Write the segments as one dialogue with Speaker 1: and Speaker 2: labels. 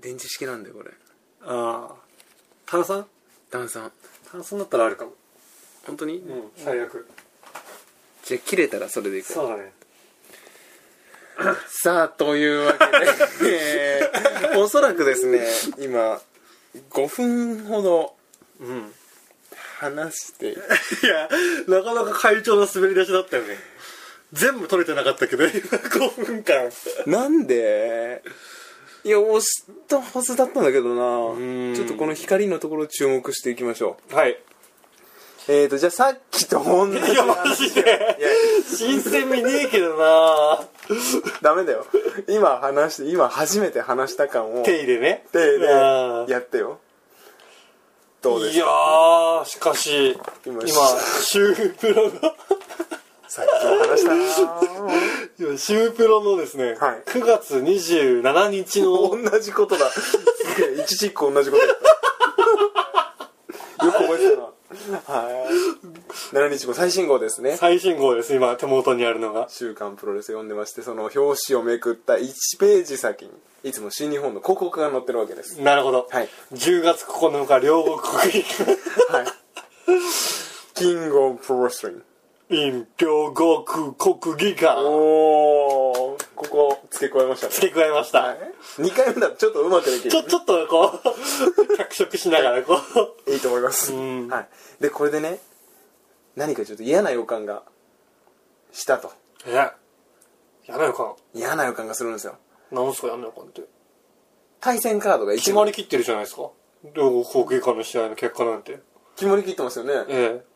Speaker 1: 電池式なんだよこれ
Speaker 2: ああ炭酸
Speaker 1: 炭酸
Speaker 2: 炭酸だったらあるかも
Speaker 1: 本当に、
Speaker 2: うん最悪
Speaker 1: じゃあ切れたらそれでいこう
Speaker 2: そうだね
Speaker 1: さあというわけで、え ーおそらくですね今5分ほど
Speaker 2: うん
Speaker 1: 話して
Speaker 2: いやなかなか会長の滑り出しだったよね全部取れてなかったけど今5分間
Speaker 1: なんでいや押したはずだったんだけど
Speaker 2: ー
Speaker 1: なんちょっとこの光のところ注目していきましょ
Speaker 2: はいいう
Speaker 1: えーとじゃあさっきと同じい
Speaker 2: やマジで
Speaker 1: や
Speaker 2: 新鮮味ねえけどな
Speaker 1: ダメだよ今話して今初めて話した感を
Speaker 2: 手入れね
Speaker 1: 手で
Speaker 2: あー
Speaker 1: やってよどうで
Speaker 2: い
Speaker 1: す
Speaker 2: や
Speaker 1: か
Speaker 2: ーしかし
Speaker 1: 今
Speaker 2: 今シュープロが
Speaker 1: さっきも話したな
Speaker 2: 今シュープロのですね、
Speaker 1: はい
Speaker 2: 9月27日の
Speaker 1: 同じことだすげえ一時一個同じことだ よく覚えてたなはい7日後最新号ですね
Speaker 2: 最新号です今手元にあるのが
Speaker 1: 週刊プロレス読んでましてその表紙をめくった1ページ先にいつも新日本の広告が載ってるわけです
Speaker 2: なるほど、
Speaker 1: はい
Speaker 2: 10月9日両国 国技館
Speaker 1: はいキングオブプロレスリング
Speaker 2: in 両国国技館
Speaker 1: おおここ付け加えましたね
Speaker 2: 付け加えました、
Speaker 1: 2回目だとちょっとうまくできる
Speaker 2: ちょちょっとこう 脚色しながらこう
Speaker 1: いいと思います、
Speaker 2: うん
Speaker 1: はい、でこれでね何かちょっと嫌な予感がしたと
Speaker 2: えやなよか
Speaker 1: 嫌な予感がするんですよ
Speaker 2: なんすかやんなよかって
Speaker 1: 対戦カードが一
Speaker 2: 決ま
Speaker 1: 枚
Speaker 2: りきってるじゃないですか両国国技館の試合の結果なんて
Speaker 1: 決まりきってますよね
Speaker 2: ええ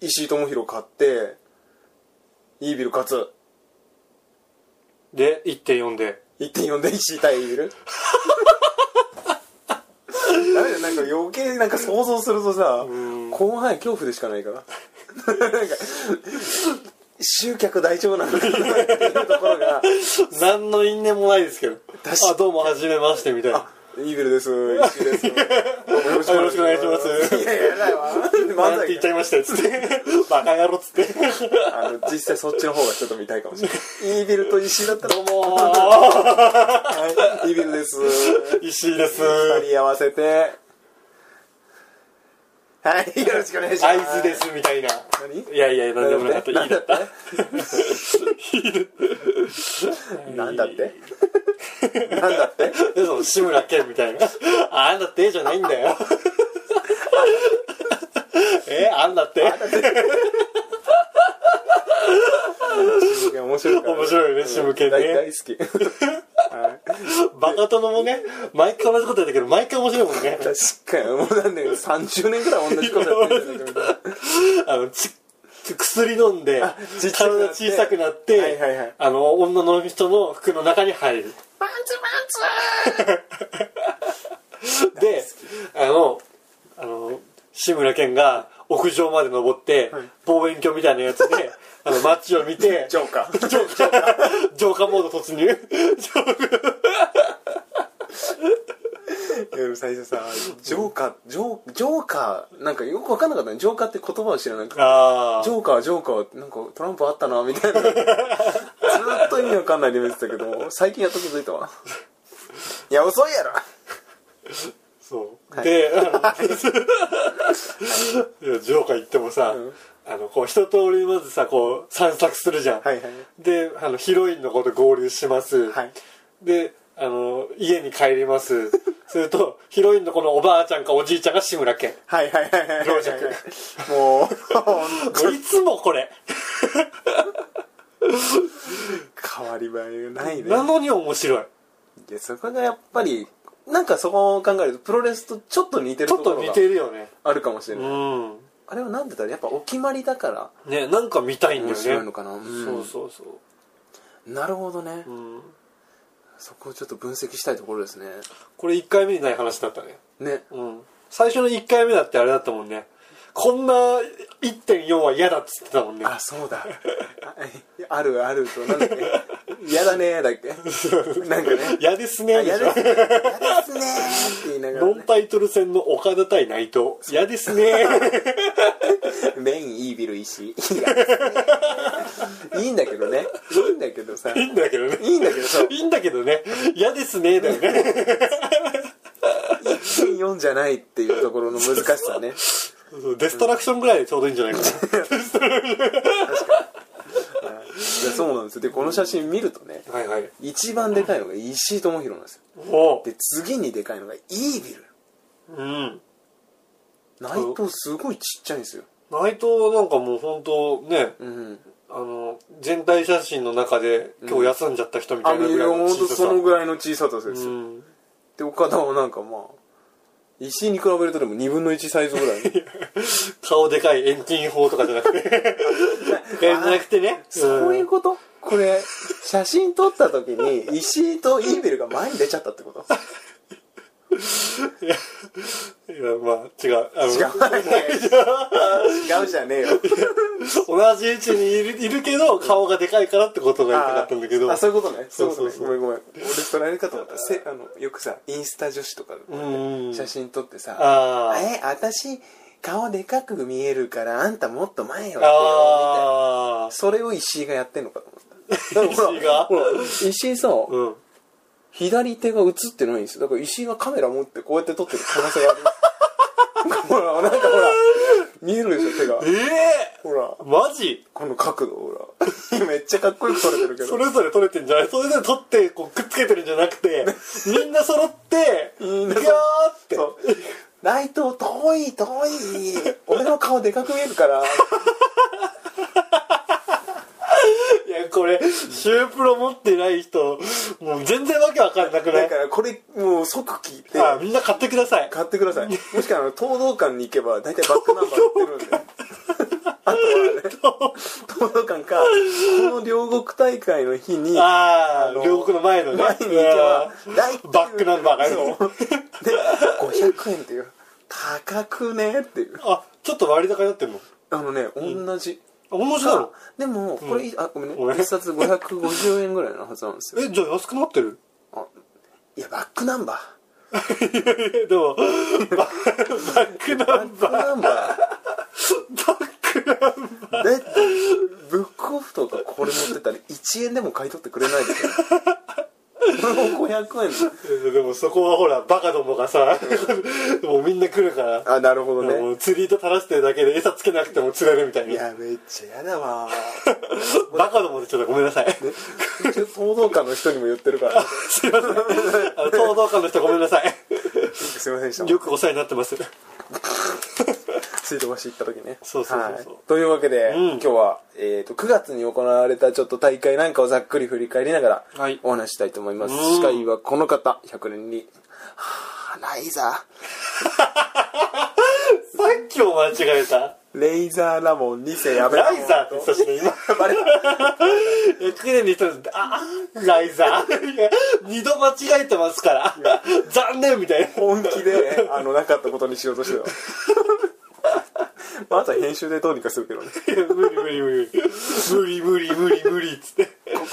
Speaker 1: 石井智弘勝ってイービル勝つ
Speaker 2: で1.4で
Speaker 1: 1.4で石井対イービルダメだよなんか余計なんか想像するとさ
Speaker 2: うん
Speaker 1: 怖い恐怖でしかないからなんか集客大丈夫なんだろうなっていうところが
Speaker 2: 何の因縁もないですけど
Speaker 1: かに
Speaker 2: あどうもはじめましてみたいな
Speaker 1: イーベルです。石井です。よろ
Speaker 2: よろしくお願いします
Speaker 1: いやいや、ないわ。漫
Speaker 2: な
Speaker 1: 才
Speaker 2: んて言っちゃいましたよつって バカ野郎っつって
Speaker 1: あの、実際そっちの方がちょっと見たいかもしれない。イーベルと石井だったら、
Speaker 2: どうもー
Speaker 1: はい、イーベルです。
Speaker 2: 石井です
Speaker 1: 二人合わせて、はい、よろしくお願いします。
Speaker 2: 合図ですみたいな
Speaker 1: 何
Speaker 2: いやいや何でもなかったいい
Speaker 1: な
Speaker 2: だ
Speaker 1: んだ
Speaker 2: っ
Speaker 1: ってなんだってなんだって
Speaker 2: でその志村けんみ たいな「あんだって」じゃないん だよえあんだって
Speaker 1: いや、面白いから。
Speaker 2: 面白いね志村けん
Speaker 1: 大大
Speaker 2: ね
Speaker 1: 好き。はい
Speaker 2: バカ殿もね毎回同じことやったけど毎回面白いもんね
Speaker 1: 確かに、もうなんで30年くらい同じことやってるんだけ ど。
Speaker 2: あのち薬飲んで
Speaker 1: ちっちゃくな
Speaker 2: 体
Speaker 1: って
Speaker 2: 小さくなって、
Speaker 1: はいはいはい
Speaker 2: あの女の人の服の中に入る
Speaker 1: パンツ
Speaker 2: であのあの志村けんが屋上まで登って、望遠鏡みたいなや つであの街を見て
Speaker 1: ジョーカー。
Speaker 2: 浄化浄化モード突入浄化
Speaker 1: うん最初さ、ジョーカー、ジョー、ジョーカー、なんかよくわかんなかったね。ジョーカーって言葉を知らなくて。
Speaker 2: あ
Speaker 1: ジョーカー、ジョーカーって、なんかトランプあったな、みたいな。ずーっと意味わかんないで見てたけど、最近やっと気づいたわ。いや、遅いやろ
Speaker 2: そう、
Speaker 1: はい
Speaker 2: で あのいやジョーカー行ってもさ、
Speaker 1: うん
Speaker 2: あのこう一通りまずさこう散策するじゃん、
Speaker 1: はいはい。
Speaker 2: であのヒロインの子と合流します、
Speaker 1: はい。
Speaker 2: であの家に帰ります するとヒロインの子のおばあちゃんかおじいちゃんが志村けん
Speaker 1: はいはいはいはい。
Speaker 2: 到着
Speaker 1: もう、
Speaker 2: いつもこれ
Speaker 1: 変わり映えがないね。
Speaker 2: なのに面白い
Speaker 1: いやそこがやっぱりなんかそこを考えるとプロレスとちょっと似てる
Speaker 2: ち
Speaker 1: と
Speaker 2: ょ
Speaker 1: こ
Speaker 2: っ
Speaker 1: とろ
Speaker 2: 似
Speaker 1: が
Speaker 2: てるよね
Speaker 1: あるかもしれ
Speaker 2: う
Speaker 1: ない、
Speaker 2: ん
Speaker 1: あれはなんでだろうやっぱお決まりだから
Speaker 2: ねなんか見たいんだよね
Speaker 1: 面白いのかな、うん
Speaker 2: そうそうそう
Speaker 1: なるほどね、
Speaker 2: うん
Speaker 1: そこをちょっと分析したいところですね
Speaker 2: これ1回目にない話だったね
Speaker 1: ね
Speaker 2: うん最初の1回目だってあれだったもんねこんな1.4は嫌だっつってたもんね
Speaker 1: あそうだああるあるとなんだっけ嫌だねーだっけなんかね
Speaker 2: 嫌です
Speaker 1: あ
Speaker 2: ねで
Speaker 1: 嫌
Speaker 2: し
Speaker 1: で
Speaker 2: ょ
Speaker 1: すね嫌ですねーって言いながら
Speaker 2: ノ
Speaker 1: ね
Speaker 2: ンタイトル戦の岡田対内藤嫌ですね
Speaker 1: メインイービル石井嫌ですねいいんだけどねいいんだけどさ
Speaker 2: いいんだけどね
Speaker 1: いいんだけどさ
Speaker 2: いいんだけどね嫌ですねだよね
Speaker 1: ロンじゃないっていうところの難しさね
Speaker 2: デストラクションぐらいでちょうどいいんじゃないかな
Speaker 1: いやそうなんですよでこの写真見るとね
Speaker 2: はいはい
Speaker 1: 一番でかいのが石井智弘なんですよ
Speaker 2: お
Speaker 1: で次にでかいのがイービル
Speaker 2: うん
Speaker 1: 内藤すごいちっちゃいんですよ
Speaker 2: 内藤はなんかもう本当ね
Speaker 1: うん
Speaker 2: あの全体写真の中で今日休んじゃった人みた
Speaker 1: あ
Speaker 2: いな
Speaker 1: 見
Speaker 2: ぐら
Speaker 1: る
Speaker 2: いの
Speaker 1: ほん
Speaker 2: 小
Speaker 1: と
Speaker 2: さ
Speaker 1: そ
Speaker 2: さ
Speaker 1: のぐらいの小ささです
Speaker 2: う
Speaker 1: よ、
Speaker 2: ん
Speaker 1: で岡田はなんかまあ石井に比べるとでも2分の1サイズぐらい の
Speaker 2: 顔でかい遠近法とかじゃなくて じゃなくてね
Speaker 1: そういううことこれ写真撮った時に石井とイービルが前に出ちゃったってこと
Speaker 2: んいやまあ違うあの
Speaker 1: 違う違うじゃねえよ
Speaker 2: 同じ位置にいるいるけど顔がでかいからってことが言いたかったんだけど
Speaker 1: あそういうことねそういうことね
Speaker 2: そうそうそう
Speaker 1: ごめんごめん俺取られるかと思ったせあのよくさインスタ女子とか
Speaker 2: うん
Speaker 1: 写真撮ってさ
Speaker 2: あー
Speaker 1: え私顔でかく見えるからあんたもっと前よってよみたいな
Speaker 2: あ
Speaker 1: それを石井がやってんのかと思った
Speaker 2: 石井が
Speaker 1: ほらほら石井さ
Speaker 2: ーうん
Speaker 1: 左手が映ってないんですよだから石井がカメラ持ってこうやって撮ってる可能性がありますほらなんかほら見えるでしょ手が
Speaker 2: ええ
Speaker 1: ほら
Speaker 2: ー、マジ
Speaker 1: この角度ほら めっちゃかっこよく撮れてるけど
Speaker 2: それぞれ撮れてんじゃないそれぞれ撮ってこうくっつけてるんじゃなく てみんな揃って「
Speaker 1: み
Speaker 2: い
Speaker 1: んな
Speaker 2: や
Speaker 1: そ
Speaker 2: ー
Speaker 1: う
Speaker 2: って
Speaker 1: そう内藤遠い遠い俺の顔でかく見えるから
Speaker 2: いやこれシュープロ持ってない人もう全然わけわかんなくな
Speaker 1: だ
Speaker 2: い
Speaker 1: からこれもう即聞いて
Speaker 2: あみんな買ってください
Speaker 1: 買ってくださいもしくはあの東道館に行けば大体バックナンバー売ってるんであとはね東道館かこの両国大会の日に
Speaker 2: あ
Speaker 1: あ
Speaker 2: あ
Speaker 1: の
Speaker 2: 両国の前のね
Speaker 1: 前に行けば
Speaker 2: うわ
Speaker 1: 大
Speaker 2: ーバックナンバーがある
Speaker 1: そうで500円っていう高くねっていう
Speaker 2: あちょっと割高になってるの
Speaker 1: あのね同じ、
Speaker 2: あ同じなの
Speaker 1: でもこれ、あごめんね
Speaker 2: ごめん
Speaker 1: 1冊550円ぐらいのはずなんですよ
Speaker 2: えじゃあ安くなってる
Speaker 1: あいやバックナンバー
Speaker 2: でもババックナンバー
Speaker 1: バックナンバーバックナンバーだってブックオフとかこれ持ってたら1円でも買い取ってくれないでしょこれも500円
Speaker 2: え でもそこはほらバカども がさもうみんな来るから
Speaker 1: あなるほど
Speaker 2: も
Speaker 1: ね
Speaker 2: う釣り糸垂らしてるだけで餌つけなくても釣れるみたい
Speaker 1: い
Speaker 2: な
Speaker 1: やめっちゃ嫌だわ
Speaker 2: バカどもでちょっとごめんなさい
Speaker 1: ちょっと報道官の人にも言ってるから
Speaker 2: すいませんあの東道館の人ごめんなさ い
Speaker 1: すいませんでした
Speaker 2: よくお世話になってます
Speaker 1: 水道橋行った時ね
Speaker 2: そうそうそうそう
Speaker 1: はいというわけで、
Speaker 2: ん
Speaker 1: 今日は、えー、と9月に行われたちょっと大会なんかをざっくり振り返りながら、
Speaker 2: はい
Speaker 1: お話ししたいと思います、
Speaker 2: うん
Speaker 1: 司会はこの方100年にはあライザ
Speaker 2: さっきを間違えた
Speaker 1: ーレイザーラモン2世やべ
Speaker 2: ライザーって言ってたしね今
Speaker 1: ーバレた
Speaker 2: クレに人でああライザーい や二度間違えてますから残念みたいな
Speaker 1: 本気であのなかったことにしようとしてた まずは編集でどうにかするけどね
Speaker 2: いや無理無理無理無理無理無理無理っつって
Speaker 1: こ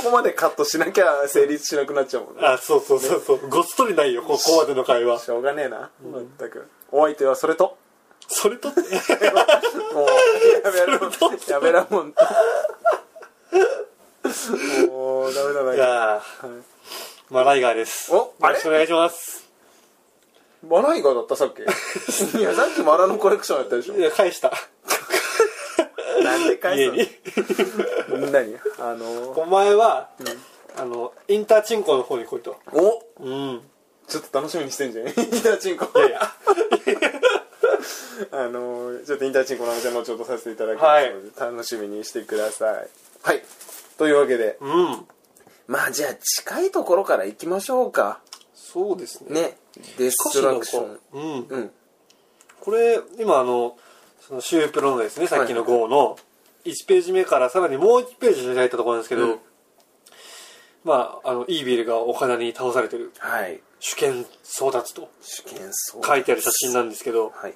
Speaker 1: こまでカットしなきゃ成立しなくなっちゃうもんね
Speaker 2: あそうそうそうそうごっそりないよここまでの会話
Speaker 1: しょうがねえな全くお相手はそれと
Speaker 2: それとって
Speaker 1: もうやめろやめろもんもうダメだ
Speaker 2: い
Speaker 1: な
Speaker 2: やーまあライガーです
Speaker 1: おあれ
Speaker 2: よろしくお願いします
Speaker 1: マライガーだったさっきいやさっきマラのコレクションやったでしょ
Speaker 2: いや返した
Speaker 1: なんで返
Speaker 2: 家
Speaker 1: す
Speaker 2: に
Speaker 1: の何あの
Speaker 2: お前は、あのインターチンコの方に来いと
Speaker 1: お
Speaker 2: うん
Speaker 1: ちょっと楽しみにしてんじゃ んインターチンコ
Speaker 2: いやいや
Speaker 1: あのちょっとインターチンコの話は後ほどさせていただきますので、楽しみにしてくださいはいというわけで
Speaker 2: うん
Speaker 1: まあじゃあ近いところから行きましょうか
Speaker 2: そうですね
Speaker 1: ねデ
Speaker 2: しか
Speaker 1: ス
Speaker 2: し
Speaker 1: ト
Speaker 2: な
Speaker 1: ラ
Speaker 2: ん
Speaker 1: ク
Speaker 2: か
Speaker 1: ション
Speaker 2: うん
Speaker 1: うん
Speaker 2: これ今あのそのシュープロのですねさっきの号の1ページ目からさらにもう1ページ開いたところなんですけど、
Speaker 1: うん
Speaker 2: まああのイービルがお金に倒されてる
Speaker 1: はい
Speaker 2: 主権争奪と
Speaker 1: 主権そう
Speaker 2: 書いてある写真なんですけど
Speaker 1: はい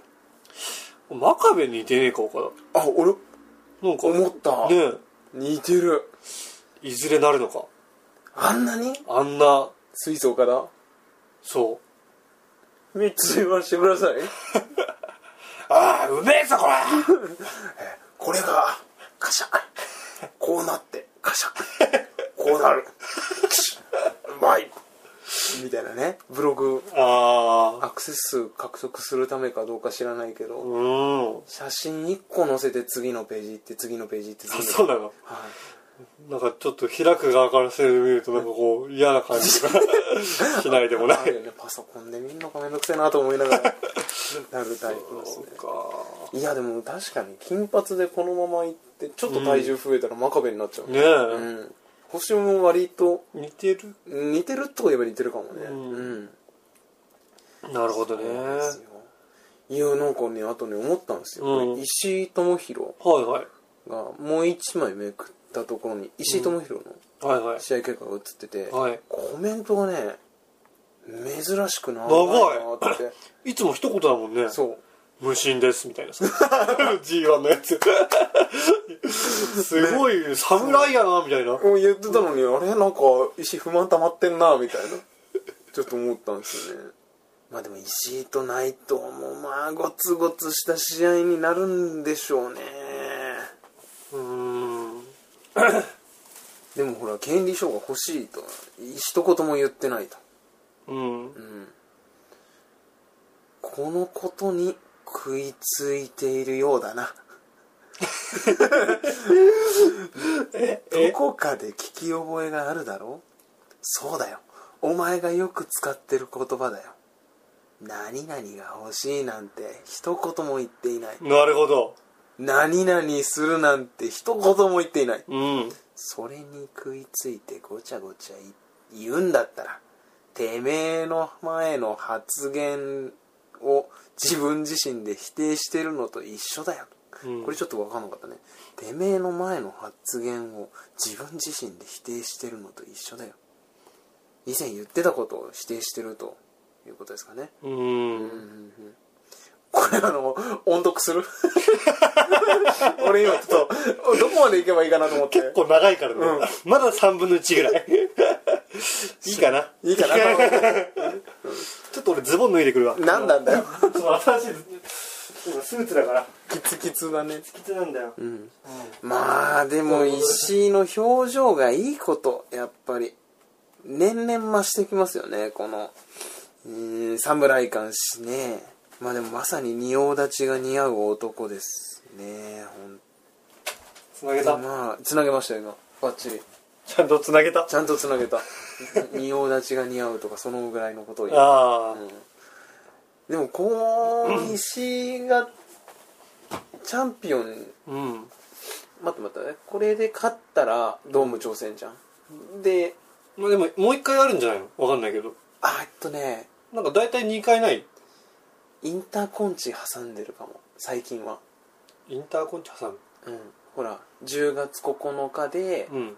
Speaker 2: 真壁に似てねえか岡田
Speaker 1: あ俺
Speaker 2: なんか
Speaker 1: 思った
Speaker 2: ね
Speaker 1: 似てる
Speaker 2: えいずれなるのか
Speaker 1: あんなに
Speaker 2: あんな
Speaker 1: 水槽から
Speaker 2: そう
Speaker 1: 三つ言わしてください
Speaker 2: ああうめえぞこれ
Speaker 1: これがカシャ こうなってカシャこうなるうまいみたいなねブログ
Speaker 2: あ
Speaker 1: アクセス数獲得するためかどうか知らないけど、
Speaker 2: あうん
Speaker 1: 写真1個載せて次のページ行って次のページ行って次
Speaker 2: あ
Speaker 1: の
Speaker 2: そうなの
Speaker 1: はい
Speaker 2: なんかちょっと開く側からしてみるとなんかこう嫌な感じが しないでもない
Speaker 1: あるよねパソコンで見んのかめんどくせえなと思いながらなるタイプです
Speaker 2: そ
Speaker 1: ね
Speaker 2: うか
Speaker 1: いやでも確かに金髪でこのままいってちょっと体重増えたら真壁になっちゃう、
Speaker 2: ね
Speaker 1: う
Speaker 2: え、
Speaker 1: ん、星も割と
Speaker 2: 似てる
Speaker 1: 似てるといえば似てるかもね
Speaker 2: うん
Speaker 1: うん
Speaker 2: なるほどね
Speaker 1: そうなんです
Speaker 2: は
Speaker 1: よいやなんかねあとね思ったんですよ、
Speaker 2: うん
Speaker 1: これ石井智弘
Speaker 2: いはい
Speaker 1: がもう一枚めくったところに石井智弘の
Speaker 2: はいはい
Speaker 1: 試合結果が映ってて、
Speaker 2: はい
Speaker 1: コメントがね珍しく長いなって
Speaker 2: いつも一言だもんね
Speaker 1: そう
Speaker 2: 無心ですみた いな G1 のやつ すごい侍やなみたいな
Speaker 1: もう言ってたのにあれなんか石不満溜まってんなみたいなちょっと思ったんですよねまあでも石井と内藤もまあゴツゴツした試合になるんでしょうね
Speaker 2: うーん
Speaker 1: でもほら権利書が欲しいと一言も言ってないと
Speaker 2: うん
Speaker 1: このことに食いついているようだなどこかで聞き覚えがあるだろうそうだよお前がよく使ってる言葉だよ何々が欲しいなんて一言も言っていない
Speaker 2: なるほど
Speaker 1: 何々するなんて一言も言っていない
Speaker 2: うん
Speaker 1: それに食いついてごちゃごちゃい言うんだったらてめえの前の発言を自分自身で否定してるのと一緒だよ、
Speaker 2: うん
Speaker 1: これちょっと分かんなかったねてめえの前の発言を自分自身で否定してるのと一緒だよ以前言ってたことを否定してるということですかね
Speaker 2: うーん
Speaker 1: これあの音読 する俺今ちょっとどこまで行けばいいかなと思って
Speaker 2: 結構長いからね、まだ3分の1ぐらい いいかない
Speaker 1: いいかな
Speaker 2: ちょっと俺ズボン脱いでくるわ
Speaker 1: 何なんだよ
Speaker 2: そう新しいスーツだから
Speaker 1: キツキツだね
Speaker 2: きつなんだよ、うん
Speaker 1: まあでも石井の表情がいいことやっぱり年々増してきますよねこのうーん侍感しねまあでもまさに仁王立ちが似合う男ですね
Speaker 2: つなげ
Speaker 1: ほ
Speaker 2: た
Speaker 1: んまあつなげましたよ今バッチリ
Speaker 2: ちゃんとつなげたあ
Speaker 1: ちゃんとつなげた仁王立ちが似合うとかそのぐらいのことを言う
Speaker 2: あー、
Speaker 1: でもこの石井がチャンピオン
Speaker 2: うん
Speaker 1: 待って待ってこれで勝ったらドーム挑戦じゃん、で
Speaker 2: まあ、でももう一回あるんじゃないのわかんないけど
Speaker 1: あえっとね
Speaker 2: なんか大体2回ない
Speaker 1: インターコンチ挟んでるかも最近は
Speaker 2: インターコンチ挟む
Speaker 1: うんほら10月9日で、
Speaker 2: うん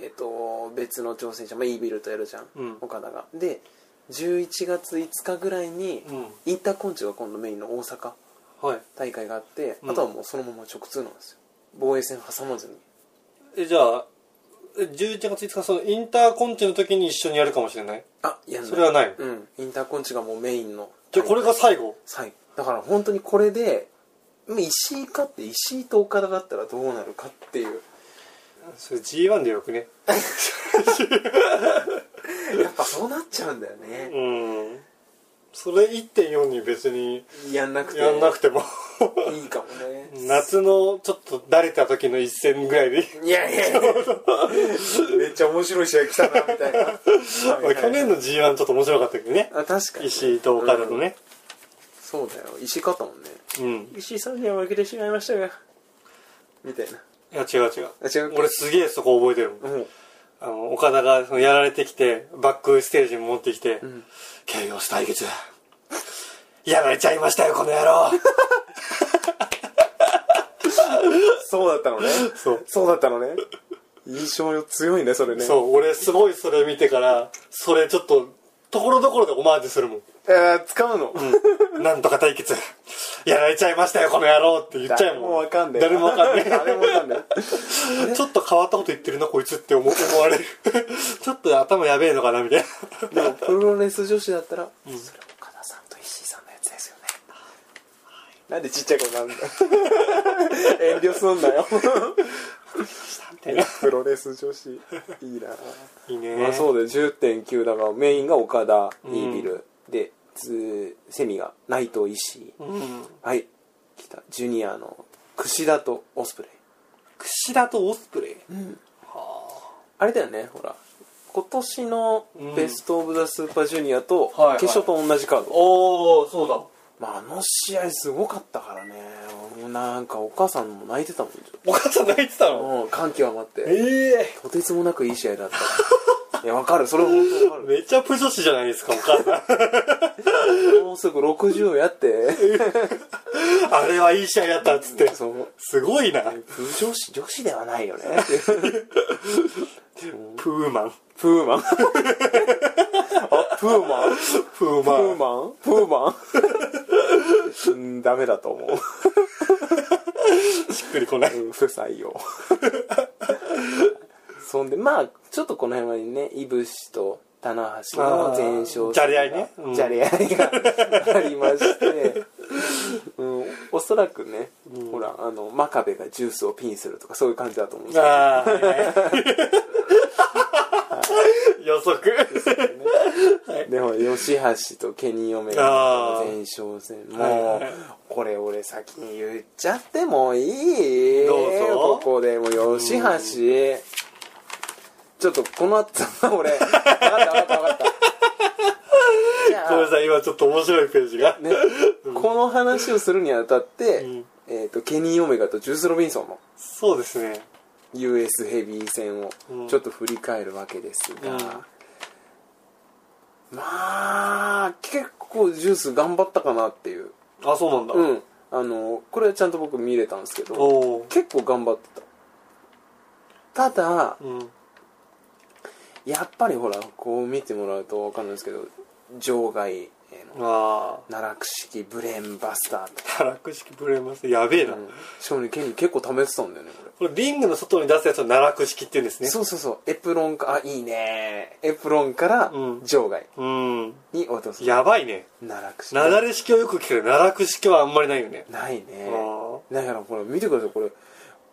Speaker 1: えっと別の挑戦者、まあ、イービルとやるじゃん、
Speaker 2: うん
Speaker 1: 岡田がで11月5日ぐらいに、
Speaker 2: うん
Speaker 1: インターコンチが今度メインの大阪
Speaker 2: はい
Speaker 1: 大会があって、
Speaker 2: うん
Speaker 1: あとはもうそのまま直通なんですよ防衛戦挟まずに
Speaker 2: えじゃあえ11月5日そのインターコンチの時に一緒にやるかもしれない
Speaker 1: あやんない
Speaker 2: それはない
Speaker 1: うんインターコンチがもうメインの
Speaker 2: じゃあこれが最後
Speaker 1: はい、だから本当にこれでもう石井かって石井と岡田だったらどうなるかっていう
Speaker 2: それ G1 でよくね
Speaker 1: やっぱそうなっちゃうんだよね
Speaker 2: うんそれ1.4に別に
Speaker 1: やんなくて
Speaker 2: やんなくても
Speaker 1: いいかもね
Speaker 2: 夏のちょっと慣れた時の一戦ぐらい でいい
Speaker 1: いやいやいやめっちゃ面白い試合来たなみたいな はいはい
Speaker 2: 去年の G1 ちょっと面白かったけどね
Speaker 1: あ確かに
Speaker 2: 石井と岡田とね
Speaker 1: そうだよ石井勝ったもんね
Speaker 2: うん、
Speaker 1: 石井さんには負けてしまいましたがみたいない
Speaker 2: や違う違う
Speaker 1: あ違う
Speaker 2: 俺すげえそこ覚えてるもん
Speaker 1: もう
Speaker 2: あの岡田がそのやられてきてバックステージに持ってきて「ケイオス対決やられちゃいましたよこの野 郎」
Speaker 1: そうだったのね
Speaker 2: そう
Speaker 1: そうだったのね印象強いねそれね
Speaker 2: そう俺すごいそれ見てからそれちょっとところどころでオマージュするもん
Speaker 1: えー使うの、
Speaker 2: なんとか対決やられちゃいましたよこの野郎って言っちゃ
Speaker 1: 誰も
Speaker 2: うもん
Speaker 1: わかんねえ
Speaker 2: 誰もわかんね
Speaker 1: 誰もわかんねえ
Speaker 2: えちょっと変わったこと言ってるなこいつって思思われる ちょっと頭やべえのかなみたいな
Speaker 1: でもプロレス女子だったら、それ岡田さんと石井さんのやつですよねなんでちっちゃい子なんだ遠慮すんなよ
Speaker 2: たいな
Speaker 1: プロレス女子いいな、
Speaker 2: いいね、
Speaker 1: まあそううだよ10.9だからメインが岡田イービル、
Speaker 2: う
Speaker 1: でつセミが内藤石井
Speaker 2: うん
Speaker 1: はい来たジュニアの櫛田とオスプレイ
Speaker 2: 櫛田とオスプレイ、
Speaker 1: あれだよねほら今年のベスト・オブ・ザ・スーパージュニアと
Speaker 2: うんはいはい
Speaker 1: 決勝と同じカード、
Speaker 2: おおそうだ
Speaker 1: まあ、あの試合すごかったからねもうなんかお母さんも泣いてたもんちょっ
Speaker 2: お母さん泣いてた
Speaker 1: と
Speaker 2: の
Speaker 1: うん感極まって
Speaker 2: ええ
Speaker 1: とてつもなくいい試合だった いやわかるそれ本当わかる
Speaker 2: めっちゃプ女子じゃないですかお母さん
Speaker 1: もうすぐ60やって
Speaker 2: あれはいい試合だったっつって
Speaker 1: そう
Speaker 2: すごいな
Speaker 1: 不女子女子ではないよね
Speaker 2: プーマン
Speaker 1: プーマン あプーマン
Speaker 2: プー
Speaker 1: プ
Speaker 2: マン
Speaker 1: ーマンプーマン うんダメだと思う
Speaker 2: しっくりこない、
Speaker 1: うん不採用 そんでまあちょっとこの辺までねいぶしと棚橋の前哨戦が
Speaker 2: じゃれ合いねうん
Speaker 1: じゃれ合いがありまし て、うん、おそらくね、ほらあの真壁がジュースをピンするとかそういう感じだと思うんですよ
Speaker 2: ああ、はい はい、予測
Speaker 1: でほら吉橋とケニー・オメガ
Speaker 2: あ
Speaker 1: の
Speaker 2: ー
Speaker 1: 前哨戦
Speaker 2: はい
Speaker 1: も
Speaker 2: はいうはい
Speaker 1: これ俺先に言っちゃってもいい
Speaker 2: どうぞ
Speaker 1: ここでもう吉橋ちょっとこの後 俺分かった分かった分かったじゃ
Speaker 2: ごめんな
Speaker 1: あ
Speaker 2: さい今ちょっと面白いページが、
Speaker 1: ねこの話をするにあたって、
Speaker 2: うん
Speaker 1: えー、とケニー・オメガとジュース・ロビンソンの
Speaker 2: そうですね
Speaker 1: US ヘビー戦を
Speaker 2: うん
Speaker 1: ちょっと振り返るわけですが、
Speaker 2: うん
Speaker 1: まあ結構ジュース頑張ったかなっていう
Speaker 2: あそうなんだ、
Speaker 1: うんあのこれはちゃんと僕見れたんですけど
Speaker 2: おお
Speaker 1: 結構頑張ってたただ
Speaker 2: うん
Speaker 1: やっぱりほらこう見てもらうと分かるんですけど場外への
Speaker 2: ああ
Speaker 1: 奈落式ブレーンバスターとか、
Speaker 2: たらく式ブレますやべえな、
Speaker 1: うん、しかもねケニー結構試してたんだよねこれ
Speaker 2: これリングの外に出すやつを奈落式って言うんですね
Speaker 1: そうそうそうエプロンかあいいねエプロンから
Speaker 2: うん
Speaker 1: 場外
Speaker 2: うん
Speaker 1: に落とす、
Speaker 2: やばいね
Speaker 1: 奈落式
Speaker 2: なだれ式をよく聞くけど奈落式はあんまりないよね
Speaker 1: ないね
Speaker 2: あ
Speaker 1: だからこれ見てくださいこれ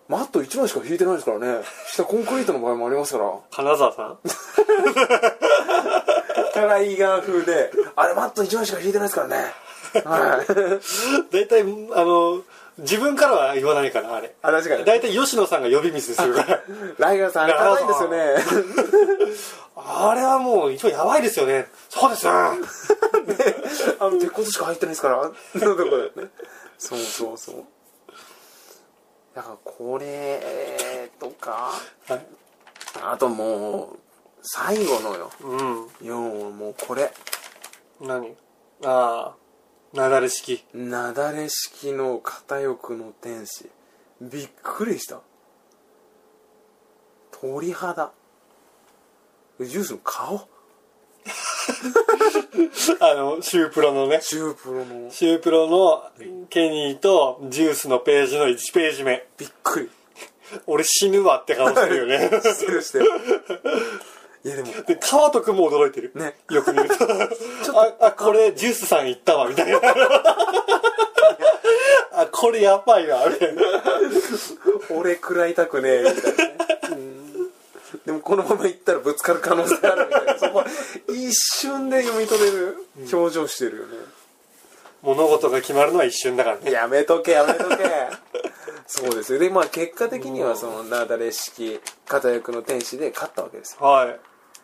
Speaker 1: マット1枚しか引いてないですから ね下コンクリートの場合もありますから
Speaker 2: 金沢さん
Speaker 1: カライガー風であれマット1枚しか引いてないですからねはい
Speaker 2: 大体あの自分からは言わないからあれ
Speaker 1: あ確かに
Speaker 2: 大体吉野さんが呼び水するから
Speaker 1: ライガーさん
Speaker 2: ライガー
Speaker 1: 高
Speaker 2: さ
Speaker 1: い
Speaker 2: ん
Speaker 1: ですよね
Speaker 2: あれはもう一応やばいですよねそうですね
Speaker 1: あの鉄骨しか入ってないですからのところだよねそうそうそうだからこれとか
Speaker 2: はい
Speaker 1: あともう最後のよ
Speaker 2: うん
Speaker 1: ようもうこれ
Speaker 2: 何ああなだれ式
Speaker 1: なだれ式の片翼の天使びっくりした鳥肌ジュースの顔
Speaker 2: あのシュープロのね
Speaker 1: シュープロの
Speaker 2: シュープロのケニーとジュースのページの1ページ目
Speaker 1: びっくり
Speaker 2: 俺死ぬわって顔してるよね
Speaker 1: してるしてるいやでも
Speaker 2: で川戸君も驚いてる、
Speaker 1: ね
Speaker 2: よく見る とああこれジュースさん行ったわみた いなあこれやばいわみたいな
Speaker 1: 俺食らいたくねえみたいなね、うんでもこのまま行ったらぶつかる可能性あるみたいなそこ一瞬で読み取れる表情してるよね、
Speaker 2: 物事が決まるのは一瞬だからね
Speaker 1: やめとけやめとけ そうですよでまあ結果的にはそのなだれ式片翼の天使で勝ったわけですよ
Speaker 2: は
Speaker 1: で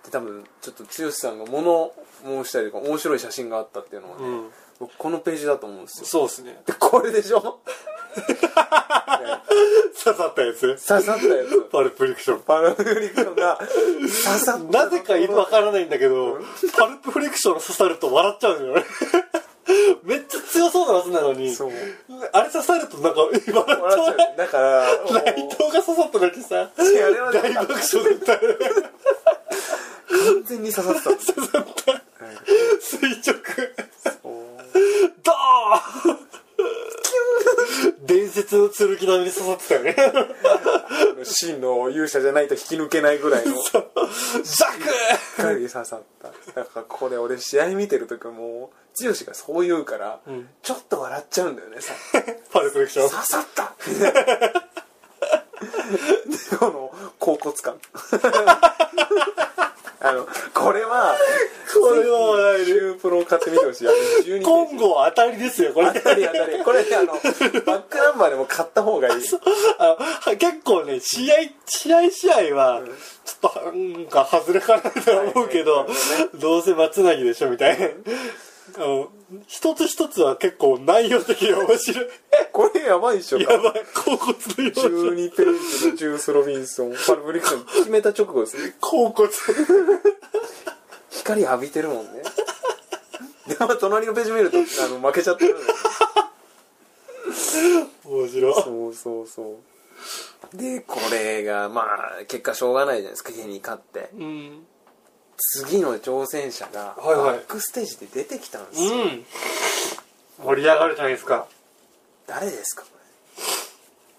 Speaker 1: 多分ちょっと剛さんが物を申したりとか面白い写真があったっていうのはね、
Speaker 2: うん
Speaker 1: 僕このページだと思うんです
Speaker 2: い
Speaker 1: よ
Speaker 2: そうですね
Speaker 1: でこれでしょね
Speaker 2: 刺さったやつ
Speaker 1: 刺さったやつ
Speaker 2: パルプフィクション
Speaker 1: パラフリクのが刺さった
Speaker 2: なぜかわからないんだけどパルプフィクション刺さると笑っちゃうんだよね めっちゃ強そうなはずなのに
Speaker 1: そう
Speaker 2: あれ刺さるとなんか笑っち
Speaker 1: 笑っ
Speaker 2: ゃう
Speaker 1: ちゃうだから
Speaker 2: 内藤が刺さっただけさ
Speaker 1: 違うあれはね
Speaker 2: 大爆笑だったよね
Speaker 1: 完全に刺さってた
Speaker 2: 刺さった垂直ドーン伝説の剣並みに刺さってたよ ね
Speaker 1: 真の勇者じゃないと引き抜けないぐらいの
Speaker 2: ザク
Speaker 1: しっかり刺さっただからこれ俺試合見てる時もう剛がそう言うから、
Speaker 2: ん
Speaker 1: ちょっと笑っちゃうんだよねさ
Speaker 2: パルプフィクション
Speaker 1: 刺さったみたいなでこの恍骨 感あのこれは
Speaker 2: これは
Speaker 1: ぜひシュープロを買ってみてほしいあの12ペ
Speaker 2: コ
Speaker 1: ージ
Speaker 2: ンゴ当たりですよこれ
Speaker 1: 当たり当たりこれねあのバックナンバーでも買った方がいい
Speaker 2: あは結構ね試合試合試合はちょっとなんか外れかなと思うけ
Speaker 1: は
Speaker 2: ど
Speaker 1: いはいはい
Speaker 2: どうせ松なぎでしょみたいなあの一つ一つは結構内容的に面白い
Speaker 1: これやばいでしょ
Speaker 2: やばい甲骨のように
Speaker 1: 12ページのジュース・ロビンソン、パルブリックン決めた直後ですね。
Speaker 2: 甲骨
Speaker 1: 光浴びてるもんね。 で、まあ、隣のページ見ると、あの、負けちゃってるんだよ
Speaker 2: 面白い
Speaker 1: そうそうそう。で、これが、まあ、結果しょうがないじゃないですか、家に勝って。
Speaker 2: うん
Speaker 1: 次の挑戦者が、
Speaker 2: はいはい
Speaker 1: バックステージで出てきたんですよ。
Speaker 2: うん盛り上がるじゃないですか
Speaker 1: 誰ですか、こ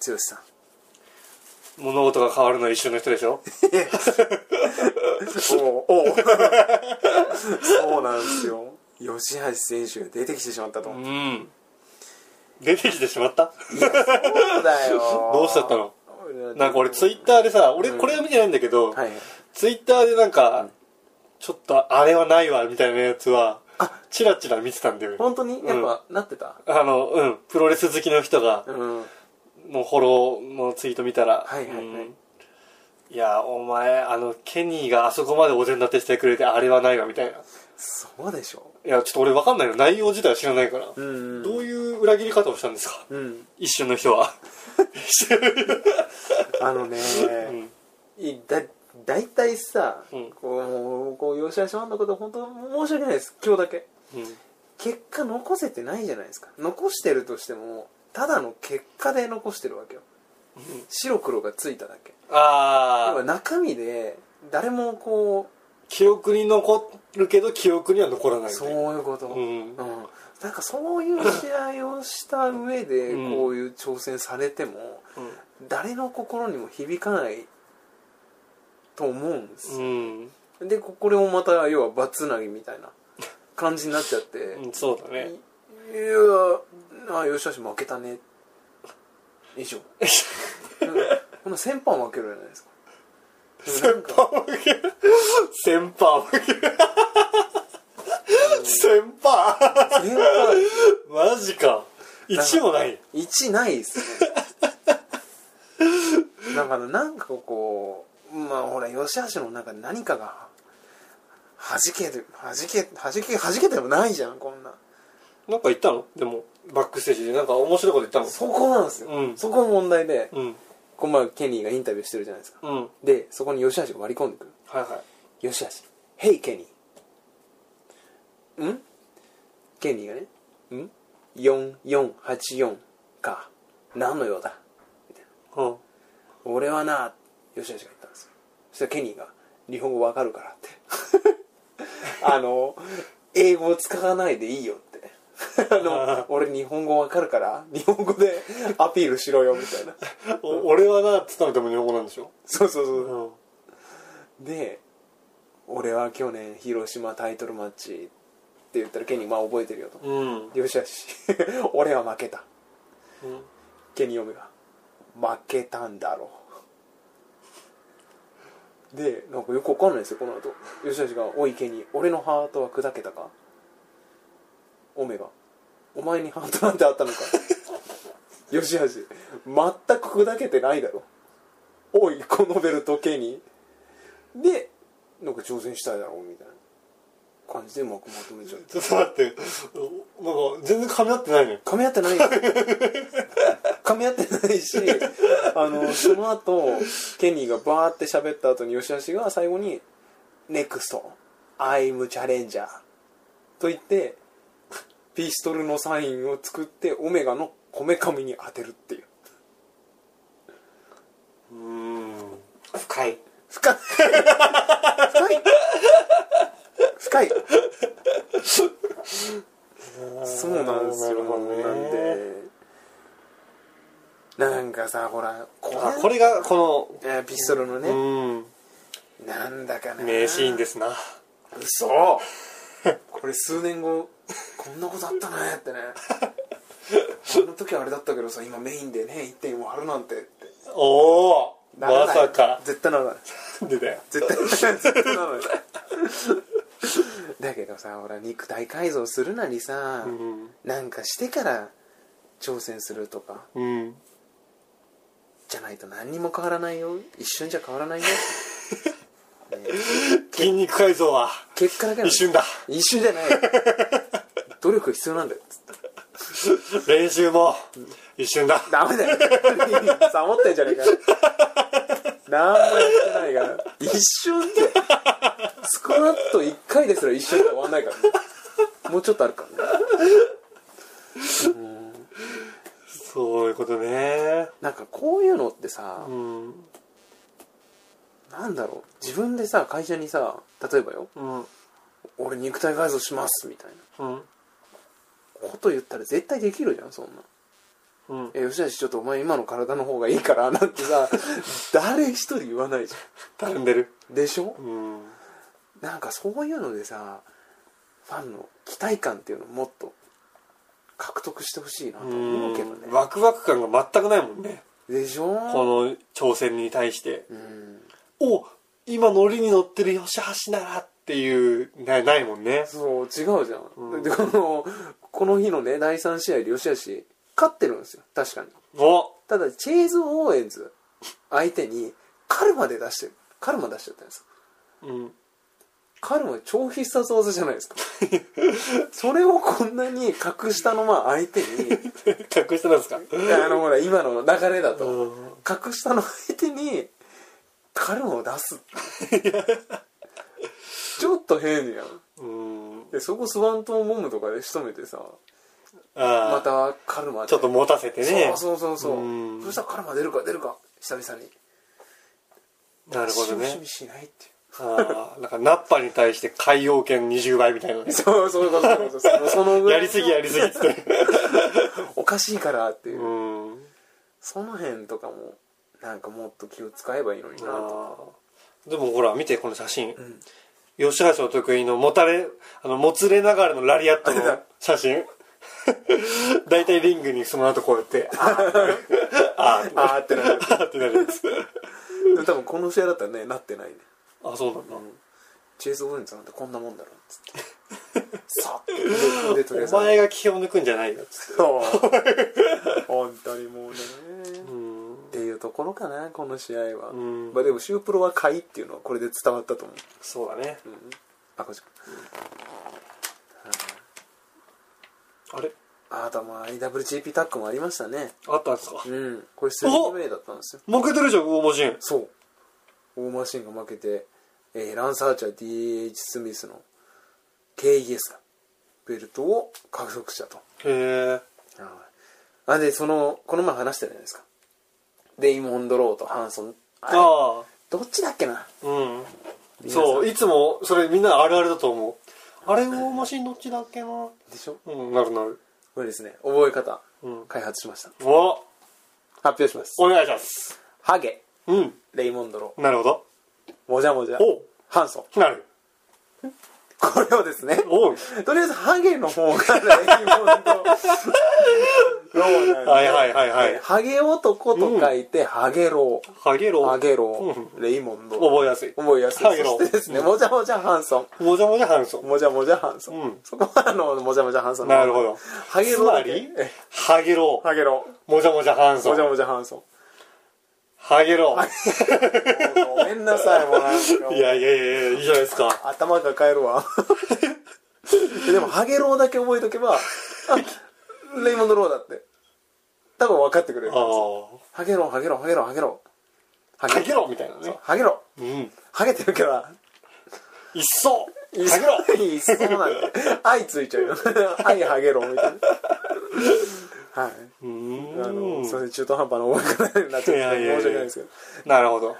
Speaker 1: れ。剛さん。
Speaker 2: 物事が変わるのは一緒の人でしょ
Speaker 1: おう おうそうなんですよ。吉橋選手が出てきてしまったと。
Speaker 2: うん出てきてしまった
Speaker 1: そうだよ。
Speaker 2: どうしちゃったのなんか俺ツイッターでさ俺これは見てないんだけど、
Speaker 1: はいはい。
Speaker 2: ツイッターでなんか、ちょっとあれはないわみたいなやつはチラチラ見てたんだよね
Speaker 1: 本当にやっぱ、なってた
Speaker 2: あのうんプロレス好きの人が
Speaker 1: うん。
Speaker 2: のフォローのツイート見たら
Speaker 1: はいはいはい
Speaker 2: うんいやお前あのケニーがあそこまでお膳立てしてくれてあれはないわみたいな
Speaker 1: そうでしょ
Speaker 2: いやちょっと俺わかんないよ内容自体は知らないから、
Speaker 1: う。ん
Speaker 2: どういう裏切り方をしたんですか
Speaker 1: うん。
Speaker 2: 一瞬の人は一瞬の人は
Speaker 1: あのね、
Speaker 2: うん
Speaker 1: いだ、大体さ、
Speaker 2: うん
Speaker 1: こう、もうこう、吉橋ファンのこと、本当申し訳ないです。今日だけ。
Speaker 2: うん
Speaker 1: 結果残せてないじゃないですか。残してるとしても、ただの結果で残してるわけよ。白黒がついただけ。
Speaker 2: あ
Speaker 1: 要は
Speaker 2: あ
Speaker 1: 中身で、誰もこ
Speaker 2: 記憶に残るけど記憶には残らな
Speaker 1: う、
Speaker 2: い
Speaker 1: そういうこと。
Speaker 2: うん
Speaker 1: うん、なんかそういう試合をした上で
Speaker 2: うん
Speaker 1: こういう挑戦されても誰の心にも響かないと思うんです
Speaker 2: う、ん、
Speaker 1: でここれもまた要はバツなぎみたいな感じになっちゃって
Speaker 2: うん、そうだね
Speaker 1: いやーあよしよし負けたね以上なんかこの先輩負けるじゃないですかでもなん
Speaker 2: 先
Speaker 1: か
Speaker 2: 輩負け先輩負け先輩
Speaker 1: 先輩
Speaker 2: マジか一もない
Speaker 1: 1ないですねだから なんかこうまあほら吉橋の中で何かが弾ける弾け弾け弾けてもないじゃんこんな
Speaker 2: なんか言ったのでもバックステージでなんか面白いこと言ったの
Speaker 1: そこなんですよ、
Speaker 2: うん
Speaker 1: そこが問題で、
Speaker 2: うん
Speaker 1: この前ケニーがインタビューしてるじゃないですか
Speaker 2: うん
Speaker 1: でそこに吉橋が割り込んでくる
Speaker 2: はいは
Speaker 1: 吉橋「ヘイケニー」んケニーがね「ん ?4484 か何の用だ?」
Speaker 2: いうん
Speaker 1: 俺はな吉橋が言ったんですよそしたらケニーが「日本語わかるから」って あの英語を使わないでいいよって あの俺日本語わかるから日本語でアピールしろよみたいな
Speaker 2: お俺はなっつったのでも日本語なんでしょ
Speaker 1: そうそうそう、
Speaker 2: うん
Speaker 1: で俺は去年広島タイトルマッチって言ったらケニーまあ覚えてるよと、
Speaker 2: うん
Speaker 1: よしよし 俺は負けた
Speaker 2: うん
Speaker 1: ケニー・オメが負けたんだろうでなんかよくわかんないですよこの後吉橋が「おいケニー俺のハートは砕けたか?」オメが「お前にハートなんてあったの か? 」吉橋全く砕けてないだろおいこのベルトケニーでなんか挑戦したいだろうみたいな感じでうまくまとめちゃって
Speaker 2: ちょっと待っておなんか全然噛み合ってないね
Speaker 1: 噛み合ってないよ噛み合ってないしあのその後ケニーがバーって喋った後に吉橋が最後に「ネクストアイムチャレンジャー」と言ってピストルのサインを作ってオメガのこめかみに当てるっていう
Speaker 2: うん深い
Speaker 1: 深い深い深いそうなんですよ
Speaker 2: なるほどね
Speaker 1: なんでなんかさほらこ
Speaker 2: あこれがこ
Speaker 1: えーピストルのね、
Speaker 2: のうん
Speaker 1: なんだかな
Speaker 2: 名シーンですな
Speaker 1: 嘘これ数年後こんなことあったねってねあの時はあれだったけどさ今メインでね1点を張るなんてって
Speaker 2: おお
Speaker 1: ならない
Speaker 2: まさか
Speaker 1: 絶対ならない
Speaker 2: なんでだよ
Speaker 1: 絶対絶対ならないだけどさほら肉体改造するなりさ、
Speaker 2: うん
Speaker 1: なんかしてから挑戦するとか
Speaker 2: うん
Speaker 1: じゃないと何にも変わらないよ一瞬じゃ変わらないよ
Speaker 2: 筋肉改造は
Speaker 1: 結果だけなん
Speaker 2: 一
Speaker 1: だよ
Speaker 2: 瞬
Speaker 1: 一瞬
Speaker 2: だ
Speaker 1: じゃない努力必要なんだよ
Speaker 2: 練習も一瞬だ
Speaker 1: ダメだよサボってんじゃねえか何もやってないから一瞬でスクワット1回ですら一瞬で終わんないから、もうちょっとあるからね
Speaker 2: そういうことね
Speaker 1: なんかこういうのってさ、
Speaker 2: うん
Speaker 1: なんだろう自分でさ会社にさ例えばよ
Speaker 2: うん
Speaker 1: 俺肉体改造しますみたい
Speaker 2: うん
Speaker 1: なこと言ったら絶対できるじゃんそんな
Speaker 2: うん
Speaker 1: え吉橋ちょっとお前今の体の方がいいからなんてさ 誰一人言わないじ
Speaker 2: たるんでる
Speaker 1: ゃんでしょ
Speaker 2: うん
Speaker 1: なんかそういうのでさファンの期待感っていうのをもっと獲得してほしいなと思うけどね
Speaker 2: ワクワク感が全くないもんね
Speaker 1: でしょ
Speaker 2: この挑戦に対して
Speaker 1: うん
Speaker 2: お今ノリに乗ってる吉橋ならっていうなないもんね
Speaker 1: そう違うじゃん、
Speaker 2: うん
Speaker 1: でこのこの日のね第3試合で吉橋勝ってるんですよ確かに
Speaker 2: お
Speaker 1: ただチェイズ・オーエンズ相手にカルマで出してるカルマ出しちゃったんです
Speaker 2: うん
Speaker 1: カルマ超必殺技じゃないですか それをこんなに格下のまあ相手に
Speaker 2: 隠してたんですか
Speaker 1: あのほら今の流れだと、
Speaker 2: うん
Speaker 1: 格下の相手にカルマを出す ちょっと変やん
Speaker 2: うん
Speaker 1: でそこスワントンボムとかで仕留めてさ
Speaker 2: あ
Speaker 1: ま
Speaker 2: また
Speaker 1: たカルマで
Speaker 2: ちょっと持たせてね
Speaker 1: そうそうそうそう
Speaker 2: うん
Speaker 1: そしたらカルマ出るか出るか久々に
Speaker 2: なるほど
Speaker 1: し
Speaker 2: ね
Speaker 1: みしみしないっていう
Speaker 2: ああなんかナッパに対して海洋圏20倍みたいな ね
Speaker 1: そうそうそうそうそうそのそのぐら
Speaker 2: や
Speaker 1: い
Speaker 2: りすぎやりすぎっつ って
Speaker 1: おかしいからっていう、
Speaker 2: うん
Speaker 1: その辺とかもなんかもっと気を使えばいいのになと
Speaker 2: ああでもほら見てこの写真、
Speaker 1: ん
Speaker 2: 吉橋お得意のもたれあのもつれながらのラリアットの写真 大体リングにその後こうやってあ
Speaker 1: ああってなる
Speaker 2: ーってなるやつ
Speaker 1: でも多分この試合だったらねなってないね
Speaker 2: あそうなんだ、
Speaker 1: チェイス・オーエンズなんてこんなもんだろっつってさっと腕取り
Speaker 2: お
Speaker 1: さ
Speaker 2: 前が気を抜くんじゃないよっつって
Speaker 1: そう本当にもうね
Speaker 2: うん
Speaker 1: っていうところかなこの試合は、
Speaker 2: ん
Speaker 1: まあでもシュープロは買いっていうのはこれで伝わったと思う
Speaker 2: そうだね、
Speaker 1: あこっちか
Speaker 2: あれ
Speaker 1: ああとはまあ IWGP タッグもありましたね
Speaker 2: あったんですか
Speaker 1: うんこれスリーウェイだったんですよ
Speaker 2: 負けてるじゃんウォーマシン
Speaker 1: そうオーマシンが負けて、えーランサーチャー DH スミスの KES だベルトを獲得したと
Speaker 2: へえ
Speaker 1: あでそのこの前話したじゃないですかデイモンド・ローとハンソンあれ
Speaker 2: ああ
Speaker 1: どっちだっけな
Speaker 2: うん
Speaker 1: 皆さん
Speaker 2: そういつもそれみんなあるあるだと思うあれウォーマシンどっちだっけな
Speaker 1: でしょ
Speaker 2: うんなるなる
Speaker 1: これですね覚え方
Speaker 2: うん
Speaker 1: 開発しました、
Speaker 2: お
Speaker 1: 発表します
Speaker 2: お願いします
Speaker 1: ハゲ
Speaker 2: うん
Speaker 1: レイモンド・ロ
Speaker 2: なるほど
Speaker 1: ーもじゃもじゃ
Speaker 2: お
Speaker 1: ハンソン
Speaker 2: なる
Speaker 1: これをですね
Speaker 2: おう
Speaker 1: とりあえずハゲの方がレイモンド・ロー なんで
Speaker 2: はいはいはいはい
Speaker 1: ハゲ男と書いて、ハゲロ
Speaker 2: ハゲ
Speaker 1: ー。
Speaker 2: ロ
Speaker 1: ハ
Speaker 2: ー
Speaker 1: ゲロー。レイモンド。
Speaker 2: 覚えやすい
Speaker 1: 覚えやすい。
Speaker 2: ハゲロー
Speaker 1: そしてですね、もじゃもじゃハンソ
Speaker 2: もじゃもじゃハンソ
Speaker 1: ン。もじゃもじゃハンソ
Speaker 2: う
Speaker 1: ン
Speaker 2: ん。
Speaker 1: そこはあの、もじゃもじゃハンソ
Speaker 2: ン
Speaker 1: ン。
Speaker 2: なるほど
Speaker 1: ハゲ
Speaker 2: つ
Speaker 1: ロー
Speaker 2: ま
Speaker 1: だけ。
Speaker 2: り
Speaker 1: え
Speaker 2: ハゲロー
Speaker 1: ハゲロ
Speaker 2: もじゃもじゃハン
Speaker 1: ー。
Speaker 2: ソ
Speaker 1: もじゃ
Speaker 2: ン
Speaker 1: もじゃハンソン。
Speaker 2: ハゲロ
Speaker 1: もうごめんなさい、もうなんか
Speaker 2: ーいやいやいやいやいいじゃないですか
Speaker 1: 頭抱えるわ。 でも、ハゲローだけ覚えとけば、あレイモンド・ローだって。多分分かってくれる
Speaker 2: あ。あ
Speaker 1: ハゲロー、ハゲロー、ハゲロー、ハゲロー。
Speaker 2: ハゲローみたいなね
Speaker 1: ハゲロー。
Speaker 2: うん
Speaker 1: ハゲてるから、
Speaker 2: いっそ
Speaker 1: いっ
Speaker 2: ハゲロー
Speaker 1: いっそうなんだ愛ついちゃう よ愛ハゲろみたいなはいうあの
Speaker 2: ー
Speaker 1: すいま
Speaker 2: ん
Speaker 1: せん中途半端な思い方になっちゃって
Speaker 2: いやいやいや
Speaker 1: 申し訳ないですけど
Speaker 2: なるほど
Speaker 1: はい